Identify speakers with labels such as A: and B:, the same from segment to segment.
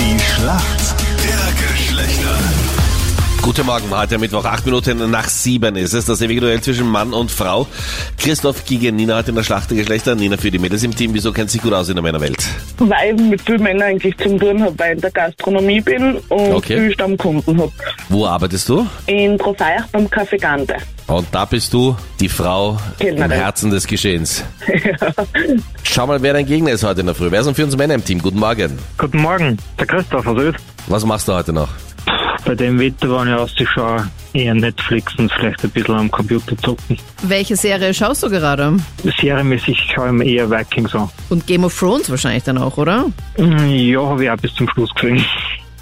A: Schlacht der Geschlechter.
B: Guten Morgen, heute Mittwoch, acht Minuten nach sieben ist es, das ewige Duell zwischen Mann und Frau. Christoph gegen Nina heute in der Schlacht der Geschlechter. Nina für die Mädels im Team, wieso kennt sich gut aus in der Männerwelt?
C: weil ich mit vielen Männern eigentlich zum Tun habe, weil ich in der Gastronomie bin und
B: Okay.
C: viel Stammkunden habe.
B: Wo arbeitest du?
C: In Trofeiach beim Café Gante.
B: Und da bist du die Frau im
C: Genau.
B: Herzen des Geschehens. Schau mal, wer dein Gegner ist heute in der Früh. Wer sind für uns Männer im Team? Guten Morgen.
D: Guten Morgen, der Christoph aus Öd.
B: Was machst du heute noch?
D: Bei dem Wetter, wenn ich ausschaue, eher Netflix und vielleicht ein bisschen am Computer zocken.
E: Welche Serie schaust du gerade?
D: Serienmäßig schaue ich mir eher Vikings an.
E: Und Game of Thrones wahrscheinlich dann auch, oder?
D: Mm, Ja, habe ich auch bis zum Schluss gesehen.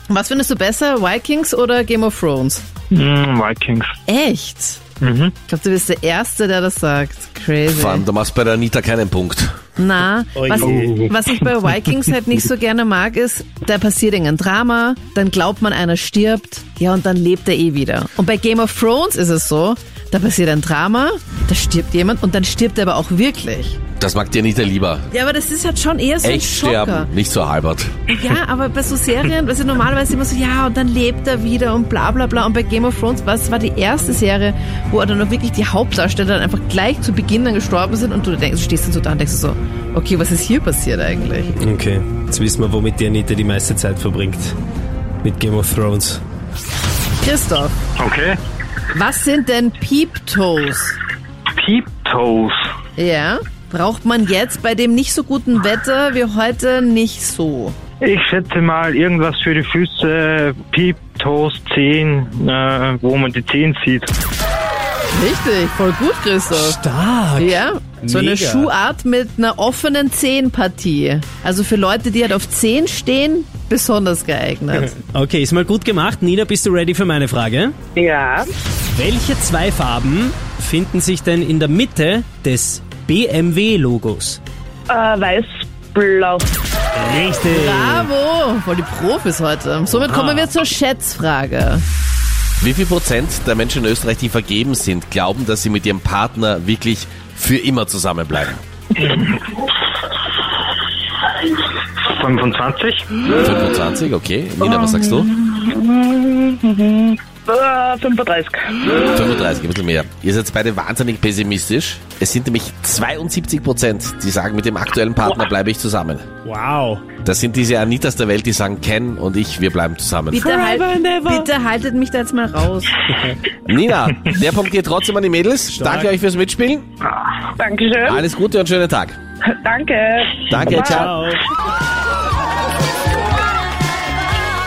E: Was findest du besser, Vikings oder Game of Thrones?
D: Mm, Vikings.
E: Echt?
D: Mhm.
E: Ich glaube, du bist der Erste, der das sagt. Crazy.
B: Vor allem, Oh du machst bei der Anita keinen Punkt.
E: Na, was, was ich bei Vikings halt nicht so gerne mag, ist, da passiert irgendein Drama, dann glaubt man, einer stirbt, ja, und dann lebt er eh wieder. Und bei Game of Thrones ist es so, da passiert ein Drama, da stirbt jemand und dann stirbt er aber auch wirklich.
B: Das mag die Anita lieber.
E: Ja, aber das ist halt schon eher so ein
B: Echt
E: Schocker.
B: sterben, nicht so halbert.
E: Ja, aber bei so Serien, weißt du, normalerweise immer so, ja, und dann lebt er wieder und bla bla bla. Und bei Game of Thrones, was war die erste Serie, wo dann noch wirklich die Hauptdarsteller dann einfach gleich zu Beginn dann gestorben sind und du denkst, du stehst dann so da und denkst so, okay, was ist hier passiert eigentlich?
F: Okay, jetzt wissen wir, womit die Anita die meiste Zeit verbringt. Mit Game of Thrones.
E: Christoph,
D: Okay.
E: was sind denn Peep-Toes?
D: Peep Toes.
E: Ja, braucht man jetzt bei dem nicht so guten Wetter wie heute nicht so.
D: Ich schätze mal irgendwas für die Füße, Peep Toes, Zehen, äh, wo man die Zehen sieht.
E: Richtig, voll gut, Christoph.
F: Stark!
E: Ja, so eine
F: Mega.
E: Schuhart mit einer offenen Zehenpartie. Also für Leute, die halt auf Zehen stehen, besonders geeignet.
F: Okay, ist mal gut gemacht. Nina, bist du ready für meine Frage?
C: Ja,
F: Welche zwei Farben finden sich denn in der Mitte des BMW-Logos?
C: äh, weiß, blau.
F: Richtig!
E: Bravo, voll die Profis heute. Somit kommen wir zur Schätzfrage.
B: Wie viel Prozent der Menschen in Österreich, die vergeben sind, glauben, dass sie mit ihrem Partner wirklich für immer zusammenbleiben?
D: 25?
B: 25, okay. Nina, was sagst du?
C: Äh, 35.
B: 35, ein bisschen mehr. Ihr seid beide wahnsinnig pessimistisch. Es sind nämlich 72 Prozent, die sagen, mit dem aktuellen Partner bleibe ich zusammen.
F: Wow!
B: Das sind diese Anitas der Welt, die sagen, Ken und ich, wir bleiben zusammen.
E: Bitte, halt, bitte haltet mich da jetzt mal raus.
B: Nina, der Punkt geht trotzdem an die Mädels. Danke euch fürs Mitspielen.
C: Dankeschön.
B: Alles Gute und schönen Tag.
C: Danke.
B: Danke, ciao.
F: Ciao!